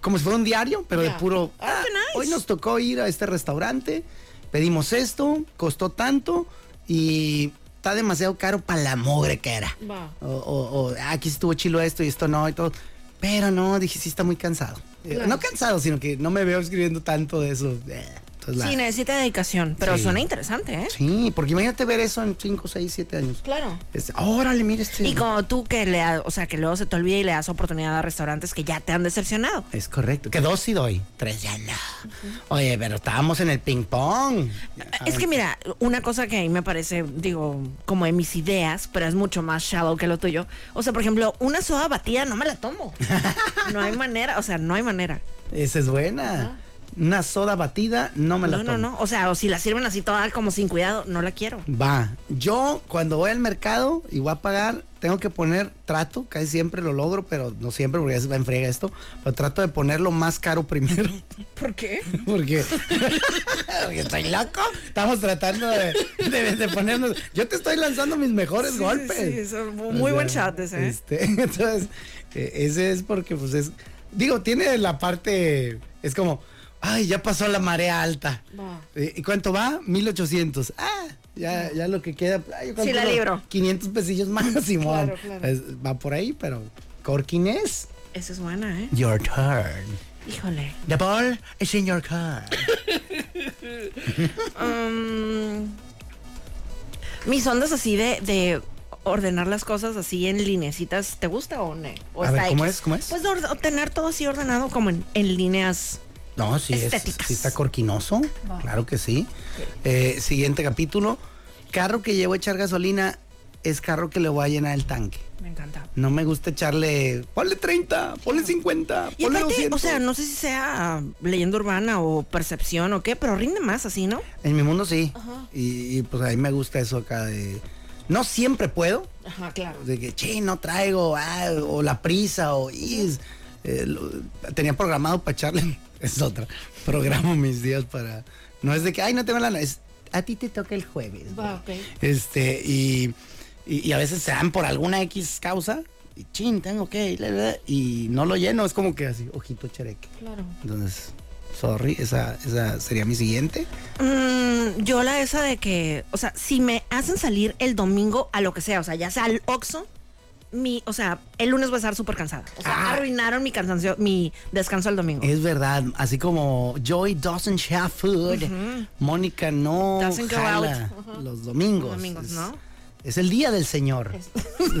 [SPEAKER 3] Como si fuera un diario, pero de
[SPEAKER 1] Ya.
[SPEAKER 3] puro.
[SPEAKER 1] Ah, qué nice.
[SPEAKER 3] Hoy nos tocó ir a este restaurante, pedimos esto, costó tanto y está demasiado caro para la mogre que era.
[SPEAKER 1] Va.
[SPEAKER 3] O, o- o, "Ah, aquí estuvo chilo esto y esto no y todo. Pero no, dije, sí está muy cansado. Eh, No cansado, sino que no me veo escribiendo tanto de eso. Eh, entonces la-
[SPEAKER 1] Sí, necesita dedicación, pero
[SPEAKER 3] Sí.
[SPEAKER 1] suena interesante, ¿eh?
[SPEAKER 3] Sí, porque imagínate ver eso en 5, 6, 7 años.
[SPEAKER 1] Claro.
[SPEAKER 3] Es- órale, mire este.
[SPEAKER 1] Y como tú que le, ha- o sea, que luego se te olvida y le das oportunidad a restaurantes que ya te han decepcionado.
[SPEAKER 3] Es correcto. Que dos sí doy. Tres ya no. Oye, pero estábamos en el ping pong.
[SPEAKER 1] Es que mira, una cosa que a mí me parece, digo, como en mis ideas, pero es mucho más shallow que lo tuyo. O sea, por ejemplo, una soda batida no me la tomo. No hay manera, o sea, no hay manera.
[SPEAKER 3] Esa es buena. Una soda batida, no me la
[SPEAKER 1] No, no,
[SPEAKER 3] tomo.
[SPEAKER 1] no. O sea, o si la sirven así toda como sin cuidado, no la quiero.
[SPEAKER 3] Va. Yo cuando voy al mercado y voy a pagar, tengo que poner, trato, casi siempre lo logro, pero no siempre porque es la enfrega esto, pero trato de ponerlo más caro primero.
[SPEAKER 1] ¿Por qué?
[SPEAKER 3] Porque, porque estoy loco. Estamos tratando de, de- de ponernos. Yo te estoy lanzando mis mejores
[SPEAKER 1] Sí, sí,
[SPEAKER 3] golpes.
[SPEAKER 1] sí, son Pues muy buen shot ese, ¿eh?
[SPEAKER 3] este, entonces, eh, ese es porque, pues es. Digo, tiene la parte. Es como, ay, ya pasó la marea alta.
[SPEAKER 1] Va.
[SPEAKER 3] Eh, ¿Y cuánto va? 1800. Ah, ya, ya lo que queda. ay, yo
[SPEAKER 1] Sí, la
[SPEAKER 3] calculo
[SPEAKER 1] libro.
[SPEAKER 3] 500 pesillos más, Simón.
[SPEAKER 1] Claro, claro.
[SPEAKER 3] Es- va por ahí, pero. Corkin es.
[SPEAKER 1] Esa es buena, ¿eh?
[SPEAKER 3] Your turn.
[SPEAKER 1] Híjole.
[SPEAKER 3] The ball is in your car.
[SPEAKER 1] Mm, mis ondas así de, de ordenar las cosas así en linecitas, ¿te gusta o no? O
[SPEAKER 3] A
[SPEAKER 1] está
[SPEAKER 3] ver, ¿cómo
[SPEAKER 1] X?
[SPEAKER 3] es? ¿Cómo es?
[SPEAKER 1] Pues de orde- tener todo así ordenado como en, en líneas.
[SPEAKER 3] No, sí, es,
[SPEAKER 1] Estéticas.
[SPEAKER 3] sí está corquinoso. Claro que sí. Eh, siguiente capítulo. Carro que llevo a echar gasolina es carro que le voy a llenar el tanque.
[SPEAKER 1] Me encanta.
[SPEAKER 3] No me gusta echarle, ponle 30, ponle 50,
[SPEAKER 1] Y
[SPEAKER 3] ponle
[SPEAKER 1] aparte,
[SPEAKER 3] 200.
[SPEAKER 1] o sea, no sé si sea leyenda urbana o percepción o qué, pero rinde más así, ¿no?
[SPEAKER 3] En mi mundo sí. Y, y, pues a mí me gusta eso acá de... No siempre puedo,
[SPEAKER 1] Ajá, claro.
[SPEAKER 3] de que, che, no traigo, ah, o la prisa, o... is, eh, lo- tenía programado para echarle, es otra, programo mis días para... No es de que, ay, no tengo lana, es, a ti te toca el jueves.
[SPEAKER 1] Va,
[SPEAKER 3] bro".
[SPEAKER 1] Ah, ok.
[SPEAKER 3] Este, y, y, y a veces se dan por alguna X causa, y chin, tengo que, la, la, y no lo lleno, es como que así, ojito chereque.
[SPEAKER 1] Claro.
[SPEAKER 3] Entonces, sorry, esa, esa sería mi siguiente.
[SPEAKER 1] Mm, yo la esa de que, o sea, si me hacen salir el domingo a lo que sea, o sea, ya sea al Oxxo, mi, o sea, el lunes voy a estar súper cansada. O sea,
[SPEAKER 3] Ah.
[SPEAKER 1] arruinaron mi cansancio, mi descanso el domingo.
[SPEAKER 3] Es verdad, así como Joy doesn't have food, Mónica no
[SPEAKER 1] Doesn't go
[SPEAKER 3] jala
[SPEAKER 1] out.
[SPEAKER 3] los domingos.
[SPEAKER 1] Los domingos,
[SPEAKER 3] es,
[SPEAKER 1] ¿no?
[SPEAKER 3] es el día del Señor. El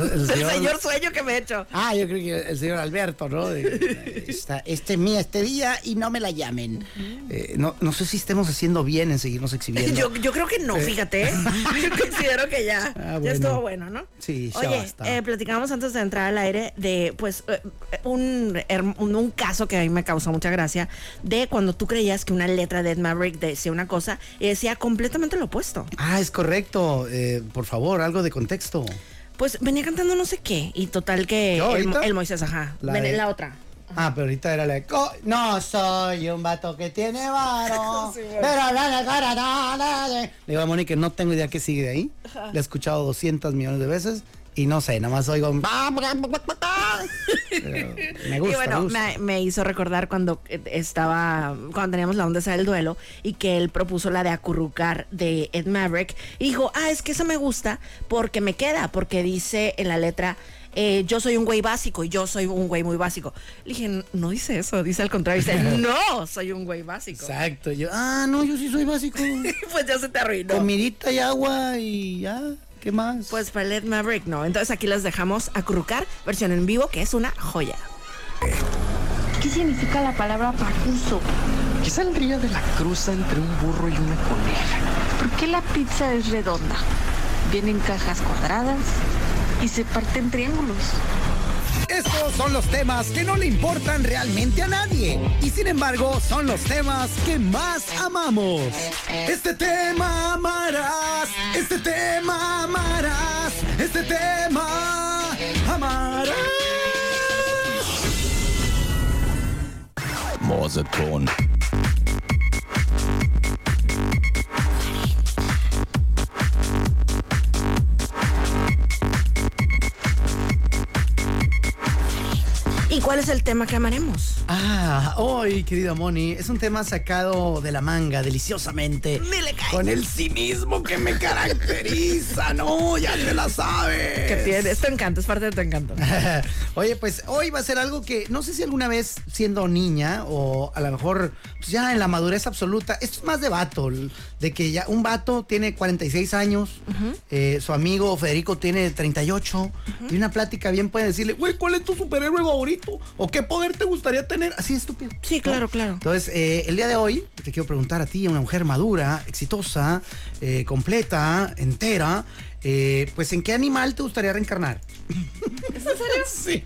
[SPEAKER 1] el señor sueño que me he hecho.
[SPEAKER 3] Ah, yo creo que el señor Alberto, ¿no? De- Esta, este es mía este día y no me la llamen. Eh, no, no sé si estemos haciendo bien en seguirnos exhibiendo.
[SPEAKER 1] Yo, yo creo que no, fíjate. ¿eh? Yo considero que ya.
[SPEAKER 3] Eh. Ah,
[SPEAKER 1] Ya
[SPEAKER 3] bueno.
[SPEAKER 1] estuvo bueno, ¿no?
[SPEAKER 3] Sí, ya
[SPEAKER 1] Oye,
[SPEAKER 3] basta.
[SPEAKER 1] eh, platicábamos antes de entrar al aire de, pues, eh, un, herm- un, un caso que a mí me causó mucha gracia de cuando tú creías que una letra de Ed Maverick decía una cosa y decía completamente lo opuesto.
[SPEAKER 3] Ah, es correcto. Eh, por favor, algo de contexto.
[SPEAKER 1] Pues venía cantando no sé qué y total que
[SPEAKER 3] ¿Yo
[SPEAKER 1] el,
[SPEAKER 3] ahorita?
[SPEAKER 1] el Moisés, ajá.
[SPEAKER 3] La
[SPEAKER 1] Ven- La,
[SPEAKER 3] de-
[SPEAKER 1] otra.
[SPEAKER 3] Ah, pero ahorita era la de, "Co- No soy un vato que tiene varo. pero la la cara la, la, la". Le digo a Mónica, no tengo idea qué sigue de ahí. La he escuchado 200 millones de veces y no sé, nada más oigo. un Pero me gusta.
[SPEAKER 1] y bueno,
[SPEAKER 3] me gusta.
[SPEAKER 1] Me, me hizo recordar cuando eh, estaba, cuando teníamos la onda esa del duelo y que él propuso la de acurrucar de Ed Maverick. Y dijo, ah, es que esa me gusta porque me queda, porque dice en la letra, eh, yo soy un güey básico, y yo soy un güey muy básico. Le dije, no dice eso, dice al contrario, dice, no, soy un güey básico.
[SPEAKER 3] Exacto. Yo, ah, no, yo sí soy básico.
[SPEAKER 1] Y pues ya se te arruinó.
[SPEAKER 3] Comidita y agua y ya. ¿Qué más?
[SPEAKER 1] Pues para Led Maverick no. Entonces aquí las dejamos acurrucar, versión en vivo, que es una joya.
[SPEAKER 4] ¿Qué significa la palabra pacuso?
[SPEAKER 5] ¿Qué saldría de la cruza entre un burro y una coneja?
[SPEAKER 4] ¿Por qué la pizza es redonda? Viene en cajas cuadradas y se parte en triángulos.
[SPEAKER 3] Estos son los temas que no le importan realmente a nadie y sin embargo son los temas que más amamos. Este tema amarás, este tema amarás, este tema amarás.
[SPEAKER 6] Morseton.
[SPEAKER 1] ¿Y cuál es el tema que amaremos?
[SPEAKER 3] Ah, hoy, querida Moni, es un tema sacado de la manga deliciosamente. Con el cinismo que me caracteriza, no, ya te la sabes.
[SPEAKER 1] Que tienes, tu encanto, es parte de tu encanto.
[SPEAKER 3] Oye, pues hoy va a ser algo que no sé si alguna vez siendo niña o a lo mejor pues, ya en la madurez absoluta, esto es más de vato, l- de que ya un vato tiene 46 años, eh, su amigo Federico tiene 38, y una plática bien puede decirle, güey, ¿cuál es tu superhéroe favorito? ¿O qué poder te gustaría tener? Así estúpido.
[SPEAKER 1] Sí, claro, claro.
[SPEAKER 3] Entonces, eh, el día de hoy te quiero preguntar a ti, una mujer madura, exitosa, eh, completa, entera, eh, pues ¿en qué animal te gustaría reencarnar? Sí,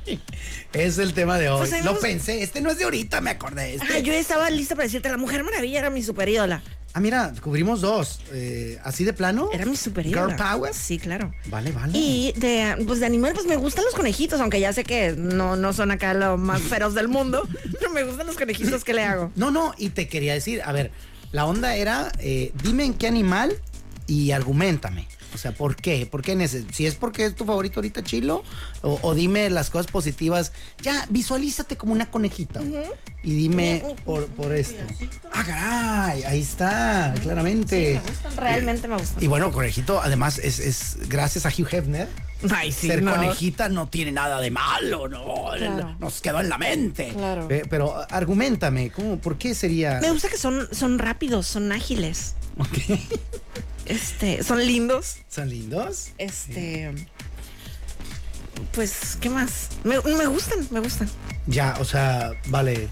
[SPEAKER 3] es el tema de hoy.
[SPEAKER 1] Pues, Ah, a mí me
[SPEAKER 3] Lo
[SPEAKER 1] gusta-
[SPEAKER 3] pensé, este no es de ahorita, me acordé. este-
[SPEAKER 1] Ah, yo estaba lista para decirte, la Mujer Maravilla era mi super ídola.
[SPEAKER 3] Ah, mira, cubrimos dos. Eh, ¿Así de plano?
[SPEAKER 1] Era mi superior.
[SPEAKER 3] Girl power.
[SPEAKER 1] Sí, claro.
[SPEAKER 3] Vale, vale.
[SPEAKER 1] Y de, pues de animal, pues me gustan los conejitos, aunque ya sé que no, no son acá lo más feroz del mundo, pero me gustan los conejitos que le hago.
[SPEAKER 3] No, no, y te quería decir, a ver, la onda era, eh, dime en qué animal y argumentame. O sea, ¿por qué? ¿Por qué en ese? Si es porque es tu favorito ahorita, Chilo, o, o dime las cosas positivas. Ya, visualízate como una conejita. güey, Y dime por, por esto. ¡Ah, caray! Ahí está, claramente.
[SPEAKER 1] Realmente me gustan.
[SPEAKER 3] Y bueno, conejito, además, es, es gracias a Hugh Hefner.
[SPEAKER 1] Ay, sí,
[SPEAKER 3] Eh, ser
[SPEAKER 1] no.
[SPEAKER 3] conejita no tiene nada de malo, ¿no?
[SPEAKER 1] Claro.
[SPEAKER 3] Nos quedó en la mente.
[SPEAKER 1] Claro.
[SPEAKER 3] Eh, pero ah, argumentame, ¿cómo, ¿por qué sería...?
[SPEAKER 1] Me gusta que son, son rápidos, son ágiles.
[SPEAKER 3] Ok.
[SPEAKER 1] Este, son lindos.
[SPEAKER 3] ¿Son lindos?
[SPEAKER 1] Este. Pues, ¿qué más? Me, me gustan, me gustan.
[SPEAKER 3] Ya, o sea, vale.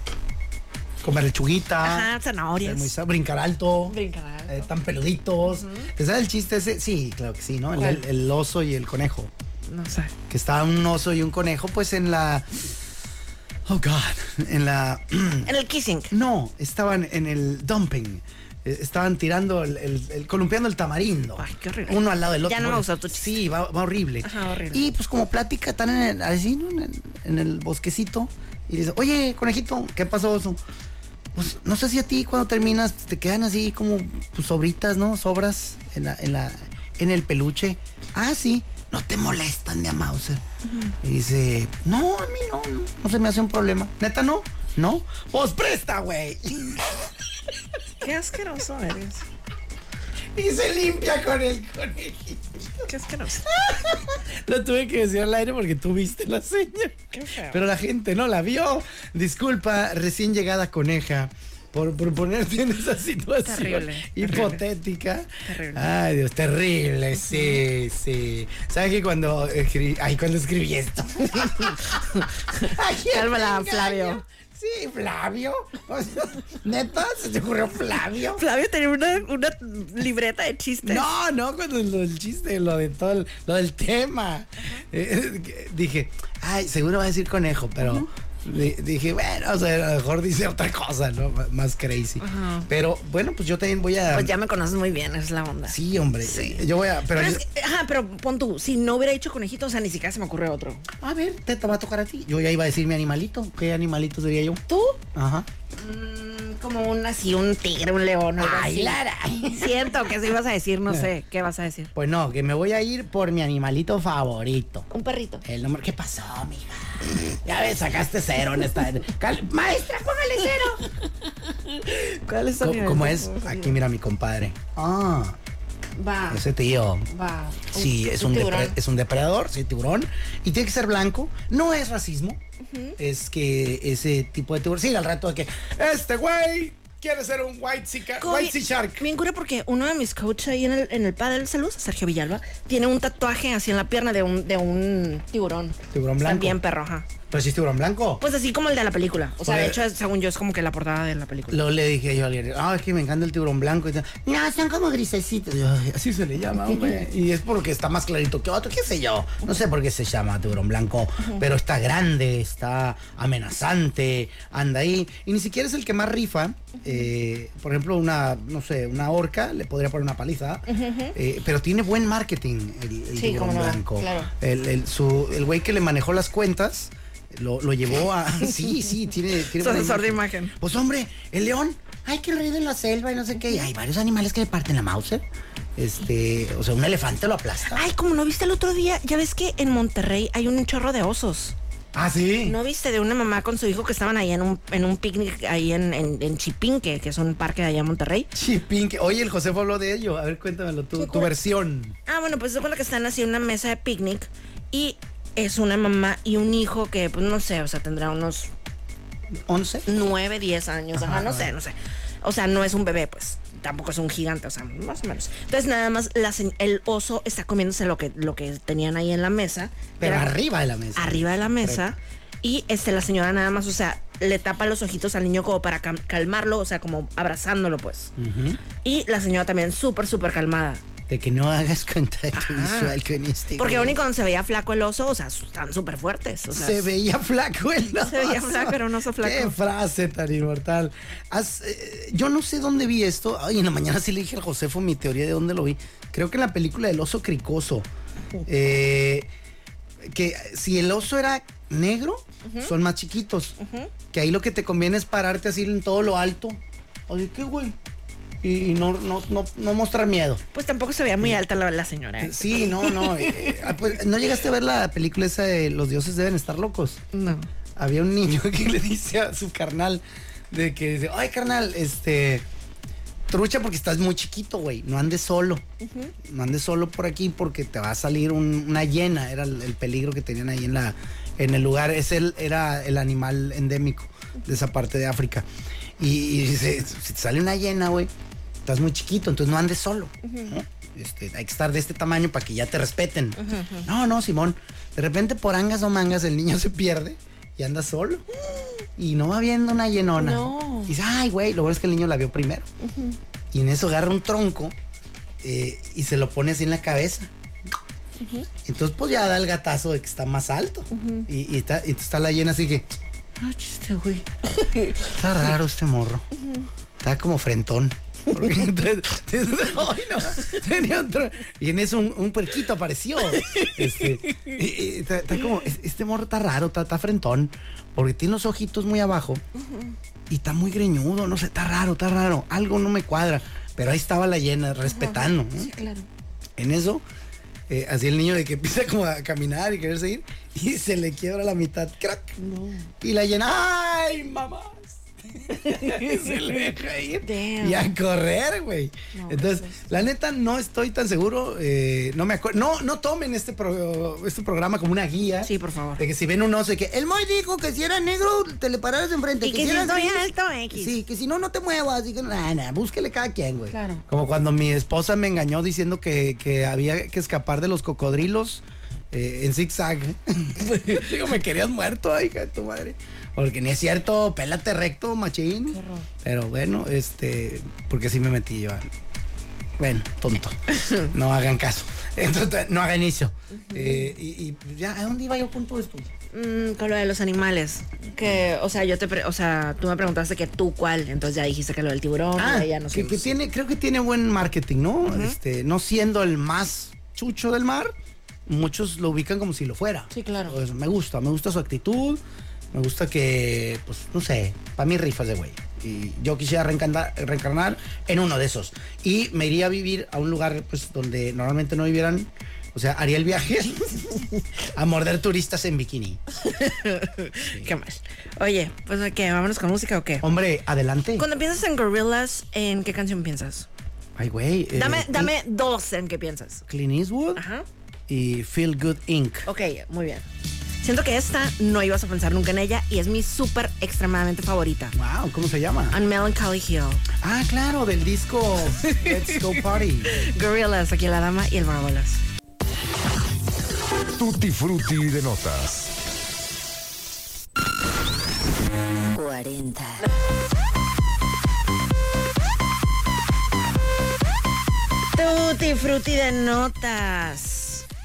[SPEAKER 3] Comer lechuguita.
[SPEAKER 1] Ajá,
[SPEAKER 3] Ah, ser
[SPEAKER 1] zanahorias.
[SPEAKER 3] muy sa- brincar alto.
[SPEAKER 1] Brincar alto.
[SPEAKER 3] eh, tan peluditos. ¿Te sabes el chiste ese? Sí, claro que sí, ¿no? El,
[SPEAKER 1] ¿Cuál?
[SPEAKER 3] el oso y el conejo.
[SPEAKER 1] No sé.
[SPEAKER 3] Que está un oso y un conejo, pues en la... Oh, God. En la...
[SPEAKER 1] En el kissing.
[SPEAKER 3] No, estaban en el dumping. Eh, Estaban tirando, el, el- el- columpiando el tamarindo.
[SPEAKER 1] Ay, qué horrible.
[SPEAKER 3] Uno al lado del otro.
[SPEAKER 1] Ya no me
[SPEAKER 3] Bueno,
[SPEAKER 1] gustó tu chiste.
[SPEAKER 3] Sí, va, va horrible.
[SPEAKER 1] Ajá, horrible.
[SPEAKER 3] Y pues como plática, están en el, así, ¿no? en, el, en el bosquecito. Y dice, oye, conejito, ¿qué pasó, oso? Pues no sé si a ti cuando terminas te quedan así como pues, sobritas, ¿no? Sobras en, la, en, la, en el peluche. Ah, sí. No te molestan de a Mauser. Y dice, no, a mí no, no, no se me hace un problema. Neta, no, no. Pues presta, güey.
[SPEAKER 1] Qué asqueroso eres.
[SPEAKER 3] Y se limpia con el conejito.
[SPEAKER 1] Qué asqueroso.
[SPEAKER 3] Lo tuve que decir al aire porque tú viste la seña.
[SPEAKER 1] Qué feo.
[SPEAKER 3] Pero la gente no la vio. Disculpa, recién llegada coneja. Por, por ponerte en esa situación
[SPEAKER 1] Terrible,
[SPEAKER 3] hipotética.
[SPEAKER 1] terrible.
[SPEAKER 3] Ay, Dios, terrible, sí, sí. ¿Sabes que cuando escribí, ay, cuando escribí esto? Ay, qué
[SPEAKER 1] Cálmala,
[SPEAKER 3] engaño.
[SPEAKER 1] Flavio.
[SPEAKER 3] Sí, Flavio. O sea, Neta, se te ocurrió Flavio.
[SPEAKER 1] Flavio tenía una, una libreta de chistes.
[SPEAKER 3] No, no, cuando lo del chiste, lo de todo, el- lo del tema. Eh, que- dije, ay, seguro va a decir conejo, pero di- dije, bueno, o sea, a lo mejor dice otra cosa, ¿no? M- Más crazy. Pero bueno, pues yo también voy a.
[SPEAKER 1] Pues ya me conoces muy bien, es la onda.
[SPEAKER 3] Sí, hombre. Yo voy a. Pero
[SPEAKER 1] Pero
[SPEAKER 3] yo-
[SPEAKER 1] es que- ajá, pero pon tú, si no hubiera hecho conejito, o sea, ni siquiera se me ocurre otro.
[SPEAKER 3] A ver, te, te va a tocar a ti. Yo ya iba a decir mi animalito. ¿Qué animalito sería yo?
[SPEAKER 1] ¿Tú?
[SPEAKER 3] Ajá.
[SPEAKER 1] Mm, como un así, un tigre, un león, algo así. Siento que sí vas a decir,
[SPEAKER 3] Eh.
[SPEAKER 1] no sé, ¿qué vas a decir?
[SPEAKER 3] Pues no, que me voy a ir por mi animalito favorito.
[SPEAKER 1] Un perrito.
[SPEAKER 3] El nombre, ¿qué pasó, mija? Ya ves, sacaste cero en esta. Cal- Maestra, póngale cero.
[SPEAKER 1] ¿Cuál es
[SPEAKER 3] Co- ¿Cómo es? Aquí mira mi compadre. Ah,
[SPEAKER 1] Va,
[SPEAKER 3] ese tío.
[SPEAKER 1] va.
[SPEAKER 3] Sí, es un,
[SPEAKER 1] tiburón.
[SPEAKER 3] depre- es un depredador, sí, tiburón. Y tiene que ser blanco. No es racismo. Es que ese tipo de tiburón. Sí, al rato de que. Este güey quiere ser un white sea, ca-
[SPEAKER 1] Co-
[SPEAKER 3] white sea shark.
[SPEAKER 1] Bien cura porque uno de mis coaches ahí en el, en el pádel salud, Sergio Villalba, tiene un tatuaje así en la pierna de un, de un tiburón.
[SPEAKER 3] Tiburón
[SPEAKER 1] Está
[SPEAKER 3] blanco.
[SPEAKER 1] bien perro, ajá.
[SPEAKER 3] Pero sí es tiburón blanco.
[SPEAKER 1] Pues así como el de la película. O sea,
[SPEAKER 3] Oye.
[SPEAKER 1] de hecho, es- según yo, es como que la portada de la película.
[SPEAKER 3] Luego le dije yo a alguien, ah, es que me encanta el tiburón blanco. Y dice, no, son como grisecitos. Y yo, "Ay, así se le llama, hombre. Y es porque está más clarito que otro, qué sé yo. No sé por qué se llama tiburón blanco, pero está grande, está amenazante, anda ahí. Y ni siquiera es el que más rifa. Eh, por ejemplo, una, no sé, una orca, le podría poner una paliza. Eh, pero tiene buen marketing el, el
[SPEAKER 1] Sí,
[SPEAKER 3] tiburón
[SPEAKER 1] cómo no,
[SPEAKER 3] blanco.
[SPEAKER 1] claro.
[SPEAKER 3] El, el- su- el güey que le manejó las cuentas. Lo, lo llevó a... Sí, sí, tiene...
[SPEAKER 1] Su
[SPEAKER 3] tiene buena
[SPEAKER 1] asesor de imagen.
[SPEAKER 3] pues hombre, el león, ay, que rey de la selva y no sé qué. Y hay varios animales que le parten la Mauser. Este, o sea, un elefante lo aplasta.
[SPEAKER 1] Ay, como no viste el otro día, ya ves que en Monterrey hay un chorro de osos.
[SPEAKER 3] Ah, sí.
[SPEAKER 1] ¿No viste de una mamá con su hijo que estaban ahí en un, en un picnic ahí en, en, en Chipinque, que es un parque de allá en Monterrey?
[SPEAKER 3] Chipín, que- oye, el José habló de ello. A ver, cuéntamelo, tú, tu versión.
[SPEAKER 1] Ah, bueno, pues se supone que están así en una mesa de picnic y es una mamá y un hijo que, pues no sé, o sea, tendrá unos
[SPEAKER 3] ¿11?
[SPEAKER 1] 9, 10 años, ajá, no sé, no sé. O sea, no es un bebé, pues. Tampoco es un gigante, o sea, más o menos. Entonces, nada más la se- el oso está comiéndose lo que, lo que tenían ahí en la mesa.
[SPEAKER 3] Pero
[SPEAKER 1] Era
[SPEAKER 3] arriba de la mesa.
[SPEAKER 1] Arriba de la mesa. Y este, la señora nada más, o sea, le tapa los ojitos al niño como para cam- calmarlo, o sea, como abrazándolo, pues.
[SPEAKER 3] Ujú.
[SPEAKER 1] Y la señora también súper, súper calmada.
[SPEAKER 3] de que no hagas contacto visual con este.
[SPEAKER 1] Ah. Porque
[SPEAKER 3] güey.
[SPEAKER 1] aún y cuando se veía flaco el oso, o sea, están súper fuertes. O sea,
[SPEAKER 3] Se veía flaco el oso.
[SPEAKER 1] Se veía flaco, era un oso flaco.
[SPEAKER 3] Qué frase tan inmortal. Haz, eh, yo no sé dónde vi esto. Ay, en la mañana sí le dije al Josefo mi teoría de dónde lo vi. Creo que en la película del oso cricoso. Eh, que si el oso era negro, son más chiquitos. Que ahí lo que te conviene es pararte así en todo lo alto. Oye, qué güey. Y, y no, no, no, no mostrar miedo.
[SPEAKER 1] Pues tampoco se veía muy alta la, la señora. ¿eh?
[SPEAKER 3] Sí, no, no. eh, ah, pues, ¿No llegaste a ver la película esa de Los dioses deben estar locos?
[SPEAKER 1] No.
[SPEAKER 3] había un niño que le dice a su carnal de que dice, ay carnal, este trucha porque estás muy chiquito, güey, no andes solo, no andes solo por aquí porque te va a salir un- una hiena, era el, el peligro que tenían ahí en la en el lugar, ese el- era el animal endémico de esa parte de África y, y dice si te sale una hiena, güey, estás muy chiquito, entonces no andes solo, ¿no? Este, hay que estar de este tamaño para que ya te respeten. No, no, Simón. De repente por angas o mangas el niño se pierde y anda solo. Y no va viendo una llenona. Y dice, ay, güey, lo bueno es que el niño la vio primero. Y en eso agarra un tronco eh, y se lo pone así en la cabeza. Entonces, pues ya da el gatazo de que está más alto. Y, y está, y está la llena así que. No, chiste, güey. Está raro este morro. Está como frentón. Porque entonces- entonces, ay, no, tenía un tro- Y en eso un, un puerquito apareció. Este, y- y está, está como, "Es- este morro está raro, está, está frentón. Porque tiene los ojitos muy abajo. Y está muy greñudo, no sé, está raro, está raro. Algo no me cuadra. Pero ahí estaba la llena, respetando. ¿no?
[SPEAKER 4] claro.
[SPEAKER 3] En eso, eh, así el niño de que empieza como a caminar y querer seguir, y se le quiebra la mitad, crack. Y la llena, ¡ay, mamás! Y se le deja ir
[SPEAKER 4] Damn.
[SPEAKER 3] y a correr, güey. Entonces, la neta, no estoy tan seguro, eh, no me acuerdo. No, no tomen este, pro- este programa como una guía.
[SPEAKER 1] Sí, por favor.
[SPEAKER 3] De que si ven un oso y que el Moy dijo que si era negro, te le pararas enfrente.
[SPEAKER 1] Y que si
[SPEAKER 3] eras
[SPEAKER 1] estoy
[SPEAKER 3] gris,
[SPEAKER 1] alto, X.
[SPEAKER 3] Sí, que si no, no te muevas. Y que, nah, nah, búsquele cada quien, güey.
[SPEAKER 4] Claro.
[SPEAKER 3] Como cuando mi esposa me engañó diciendo que, que había que escapar de los cocodrilos eh, en zigzag. Digo, me querías muerto, ah, hija de tu madre. Porque ni es cierto, pélate recto, machín. Pero bueno, este, porque sí me metí yo. a- Bueno, tonto. No hagan caso. Entonces, no hagan eso. Eh, y, y ya, ¿a dónde iba yo con todo esto?
[SPEAKER 1] Mm, con lo de los animales. Que, o sea, yo te pre- o sea, tú me preguntaste que tú cuál, entonces ya dijiste que lo del tiburón,
[SPEAKER 3] Ah,
[SPEAKER 1] y ya no sé.
[SPEAKER 3] que, que tiene, creo que tiene buen marketing, ¿no? Este, no siendo el más chucho del mar, muchos lo ubican como si lo fuera.
[SPEAKER 4] Sí, claro.
[SPEAKER 3] Pues, me gusta, me gusta su actitud, me gusta que, pues, no sé, para mí rifas de güey. Y yo quisiera reencarnar, reencarnar en uno de esos. Y me iría a vivir a un lugar, pues, donde normalmente no vivieran. O sea, haría el viaje a morder turistas en bikini.
[SPEAKER 1] Qué mal. Oye, pues ¿qué? vámonos con música o qué?
[SPEAKER 3] Hombre, adelante.
[SPEAKER 1] Cuando piensas en Gorillaz, ¿en qué canción piensas?
[SPEAKER 3] Ay, güey. eh,
[SPEAKER 1] Dame, dame dos en qué piensas.
[SPEAKER 3] Clint Eastwood
[SPEAKER 1] Ajá.
[SPEAKER 3] y Feel Good Inc.
[SPEAKER 1] Ok, muy bien. Siento que esta no ibas a pensar nunca en ella y es mi súper extremadamente favorita.
[SPEAKER 3] Wow, ¿cómo se llama?
[SPEAKER 1] On Melancholy Hill.
[SPEAKER 3] Ah, claro, del disco Let's Go Party.
[SPEAKER 1] Gorillaz, aquí la dama y el barbolas.
[SPEAKER 7] Tutti frutti de notas.
[SPEAKER 8] 40.
[SPEAKER 1] Tutti frutti de notas.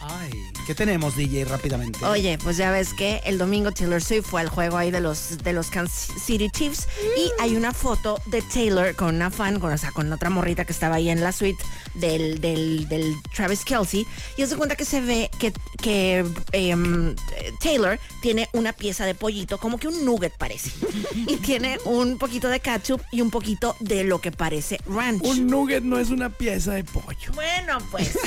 [SPEAKER 3] Ay, ¿qué tenemos, DJ, rápidamente?
[SPEAKER 1] Oye, pues ya ves que el domingo Taylor Swift fue al juego ahí de los de los Kansas City Chiefs y hay una foto de Taylor con una fan, con, o sea, con otra morrita que estaba ahí en la suite del, del, del Travis Kelsey y se cuenta que se ve que, que em, Taylor tiene una pieza de pollito, como que un nugget parece, y tiene un poquito de ketchup y un poquito de lo que parece ranch.
[SPEAKER 3] nugget no es una pieza de pollo.
[SPEAKER 1] Bueno, pues.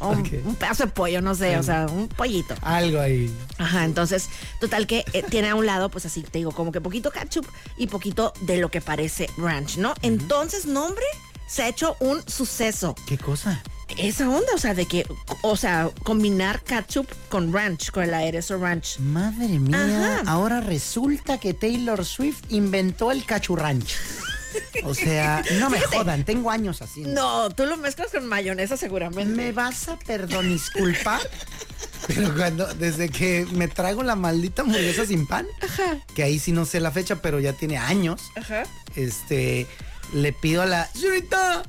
[SPEAKER 1] O un-
[SPEAKER 3] Ok.
[SPEAKER 1] un pedazo de pollo, no sé, o sea, un pollito.
[SPEAKER 3] Algo ahí.
[SPEAKER 1] Ajá, entonces, total que eh, tiene a un lado, pues así te digo, como que poquito ketchup y poquito de lo que parece ranch, ¿no? Entonces, nombre, se ha hecho un suceso.
[SPEAKER 3] ¿Qué cosa?
[SPEAKER 1] Esa onda, o sea, de que, o sea, combinar ketchup con ranch, con el aderezo ranch.
[SPEAKER 3] Madre mía,
[SPEAKER 1] Ajá.
[SPEAKER 3] ahora resulta que Taylor Swift inventó el cachurrancho. O sea, no me jodan, tengo años haciendo.
[SPEAKER 1] No, tú lo mezclas con mayonesa seguramente.
[SPEAKER 3] ¿Me vas a perdón disculpar? Pero cuando, desde que me trago la maldita hamburguesa sin pan, que ahí sí no sé la fecha, pero ya tiene años,
[SPEAKER 1] Ajá.
[SPEAKER 3] este, le pido a la señorita,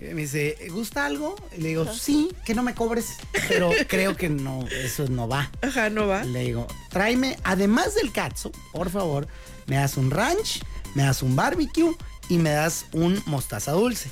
[SPEAKER 3] Eh, Me dice, ¿gusta algo? Y le digo, sí, que no me cobres, pero creo que no, eso no va.
[SPEAKER 1] Ajá, no va.
[SPEAKER 3] Le digo, tráeme, además del katsu, por favor, me das un ranch, me das un barbecue y me das un mostaza dulce.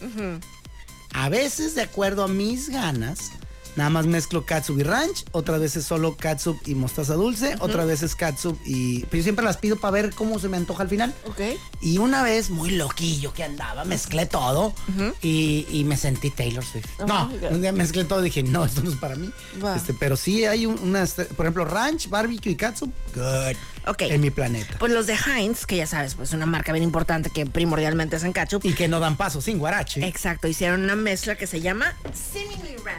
[SPEAKER 3] A veces, de acuerdo a mis ganas, nada más mezclo katsu y ranch, otras veces solo katsu y mostaza dulce, otras veces katsu y... Pero yo siempre las pido para ver cómo se me antoja al final.
[SPEAKER 1] Ok.
[SPEAKER 3] Y una vez, muy loquillo que andaba, mezclé todo y, y me sentí Taylor Swift. no, un día mezclé todo y dije, no, esto no es para mí.
[SPEAKER 1] Va.
[SPEAKER 3] Este, pero sí hay un- unas, por ejemplo, ranch, barbecue y katsu, good.
[SPEAKER 1] Ok.
[SPEAKER 3] En mi planeta.
[SPEAKER 1] Pues los de Heinz, que ya sabes, pues una marca bien importante que primordialmente hacen ketchup.
[SPEAKER 3] Y que no dan paso sin guarache.
[SPEAKER 1] Exacto, hicieron una mezcla que se llama Seemingly Ranch.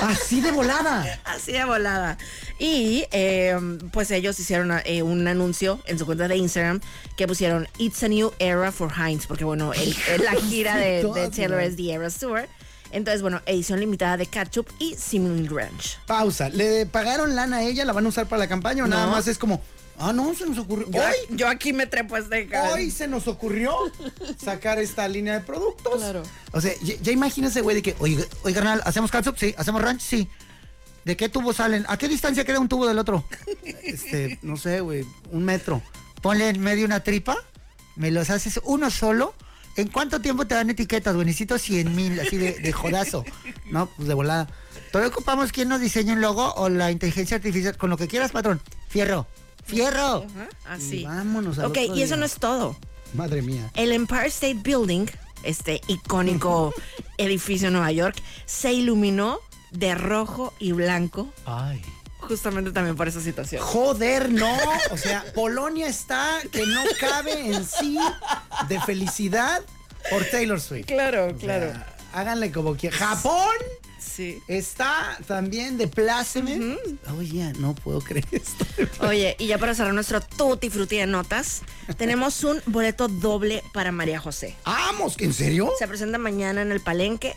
[SPEAKER 3] Así de volada.
[SPEAKER 1] Así de volada. Y eh, pues ellos hicieron eh, un anuncio en su cuenta de Instagram que pusieron It's a new era for Heinz, porque bueno, el- el- la gira de, de Taylor es The Era Tour. Entonces, bueno, edición limitada de ketchup y Simon Ranch.
[SPEAKER 3] Pausa. ¿Le pagaron lana a ella? ¿La van a usar para la campaña o nada
[SPEAKER 1] No.
[SPEAKER 3] más es como, ah, no, se nos ocurrió.
[SPEAKER 1] Yo,
[SPEAKER 3] Hoy,
[SPEAKER 1] yo aquí me trepo a este
[SPEAKER 3] hoy se nos ocurrió sacar esta línea de productos.
[SPEAKER 1] Claro.
[SPEAKER 3] O sea, ya, ya imagínese, güey, de que, oye, oye, carnal, ¿hacemos catsup? Sí. ¿Hacemos ranch? Sí. ¿De qué tubo salen? ¿A qué distancia queda un tubo del otro? Este, no sé, güey, un metro. Ponle en medio una tripa, me los haces uno solo. ¿En cuánto tiempo te dan etiquetas, güey? Necesito 100 mil, así de, de jodazo. No, pues de volada. Todavía ocupamos quien nos diseñe un logo o la inteligencia artificial, con lo que quieras, patrón. Fierro, fierro.
[SPEAKER 1] Ajá, Así.
[SPEAKER 3] Y vámonos al
[SPEAKER 1] Ok,
[SPEAKER 3] otro
[SPEAKER 1] y eso
[SPEAKER 3] día.
[SPEAKER 1] no es todo.
[SPEAKER 3] Madre mía.
[SPEAKER 1] El Empire State Building, este icónico edificio en Nueva York, se iluminó de rojo y blanco
[SPEAKER 3] Ay.
[SPEAKER 1] justamente también por esa situación.
[SPEAKER 3] Joder, no. O sea, Polonia está que no cabe en sí de felicidad por Taylor Swift.
[SPEAKER 1] Claro,
[SPEAKER 3] O sea, háganle como quieran. Japón
[SPEAKER 1] Sí.
[SPEAKER 3] está también de pláceme. Oye, no puedo creer esto.
[SPEAKER 1] Oye, y ya para cerrar nuestro tutti frutti de notas, tenemos un boleto doble para María José.
[SPEAKER 3] ¡Vamos! ¿En serio?
[SPEAKER 1] Se presenta mañana en el Palenque.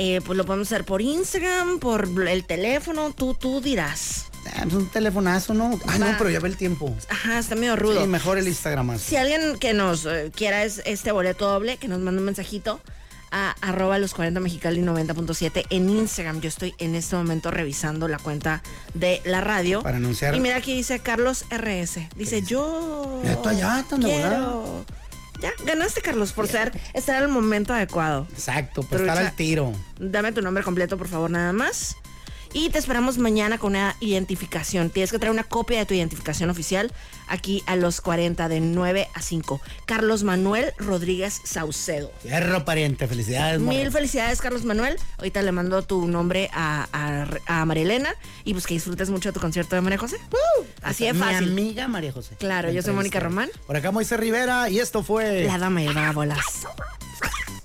[SPEAKER 1] Eh, pues lo podemos hacer por Instagram, por el teléfono, tú, tú dirás.
[SPEAKER 3] Ah, pues un telefonazo, ¿no? Ah, no,
[SPEAKER 1] Va.
[SPEAKER 3] pero ya ve el tiempo.
[SPEAKER 1] Ajá, está medio rudo.
[SPEAKER 3] Sí, mejor el Instagram.
[SPEAKER 1] Si alguien que nos eh, quiera es, este boleto doble, que nos mande un mensajito a arroba los 40 mexicali 90.7 en Instagram. Yo estoy en este momento revisando la cuenta de la radio.
[SPEAKER 3] Para anunciar.
[SPEAKER 1] Y mira aquí dice Carlos RS. Dice, yo
[SPEAKER 3] Ya está, ya, tan de volada.
[SPEAKER 1] quiero. Ya, ganaste Carlos por ser, estar en el momento adecuado.
[SPEAKER 3] Exacto, pues estar
[SPEAKER 1] Trucha.
[SPEAKER 3] al tiro.
[SPEAKER 1] Dame tu nombre completo, por favor, nada más. Y te esperamos mañana con una identificación. Tienes que traer una copia de tu identificación oficial aquí a los 40 de 9 a 5. Carlos Manuel Rodríguez Saucedo.
[SPEAKER 3] Fierro, pariente. Felicidades,
[SPEAKER 1] Mil
[SPEAKER 3] morro.
[SPEAKER 1] felicidades, Carlos Manuel. Ahorita le mando tu nombre a, a, a Marielena y pues que disfrutes mucho de tu concierto de María José. Así de fácil.
[SPEAKER 3] Mi amiga María José.
[SPEAKER 1] Claro, yo soy Mónica Román.
[SPEAKER 3] Por acá Moisés Rivera y esto fue...
[SPEAKER 1] La dama y el vagabolas.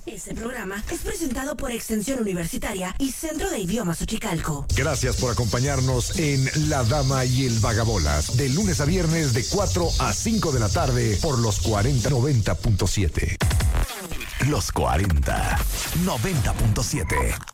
[SPEAKER 8] Este programa es presentado por Extensión Universitaria y Centro de Idiomas Uchicalco.
[SPEAKER 7] Gracias por acompañarnos en La Dama y el Vagabolas, de lunes a viernes de 4 a 5 de la tarde por los 4090.7. Los 40 90.7.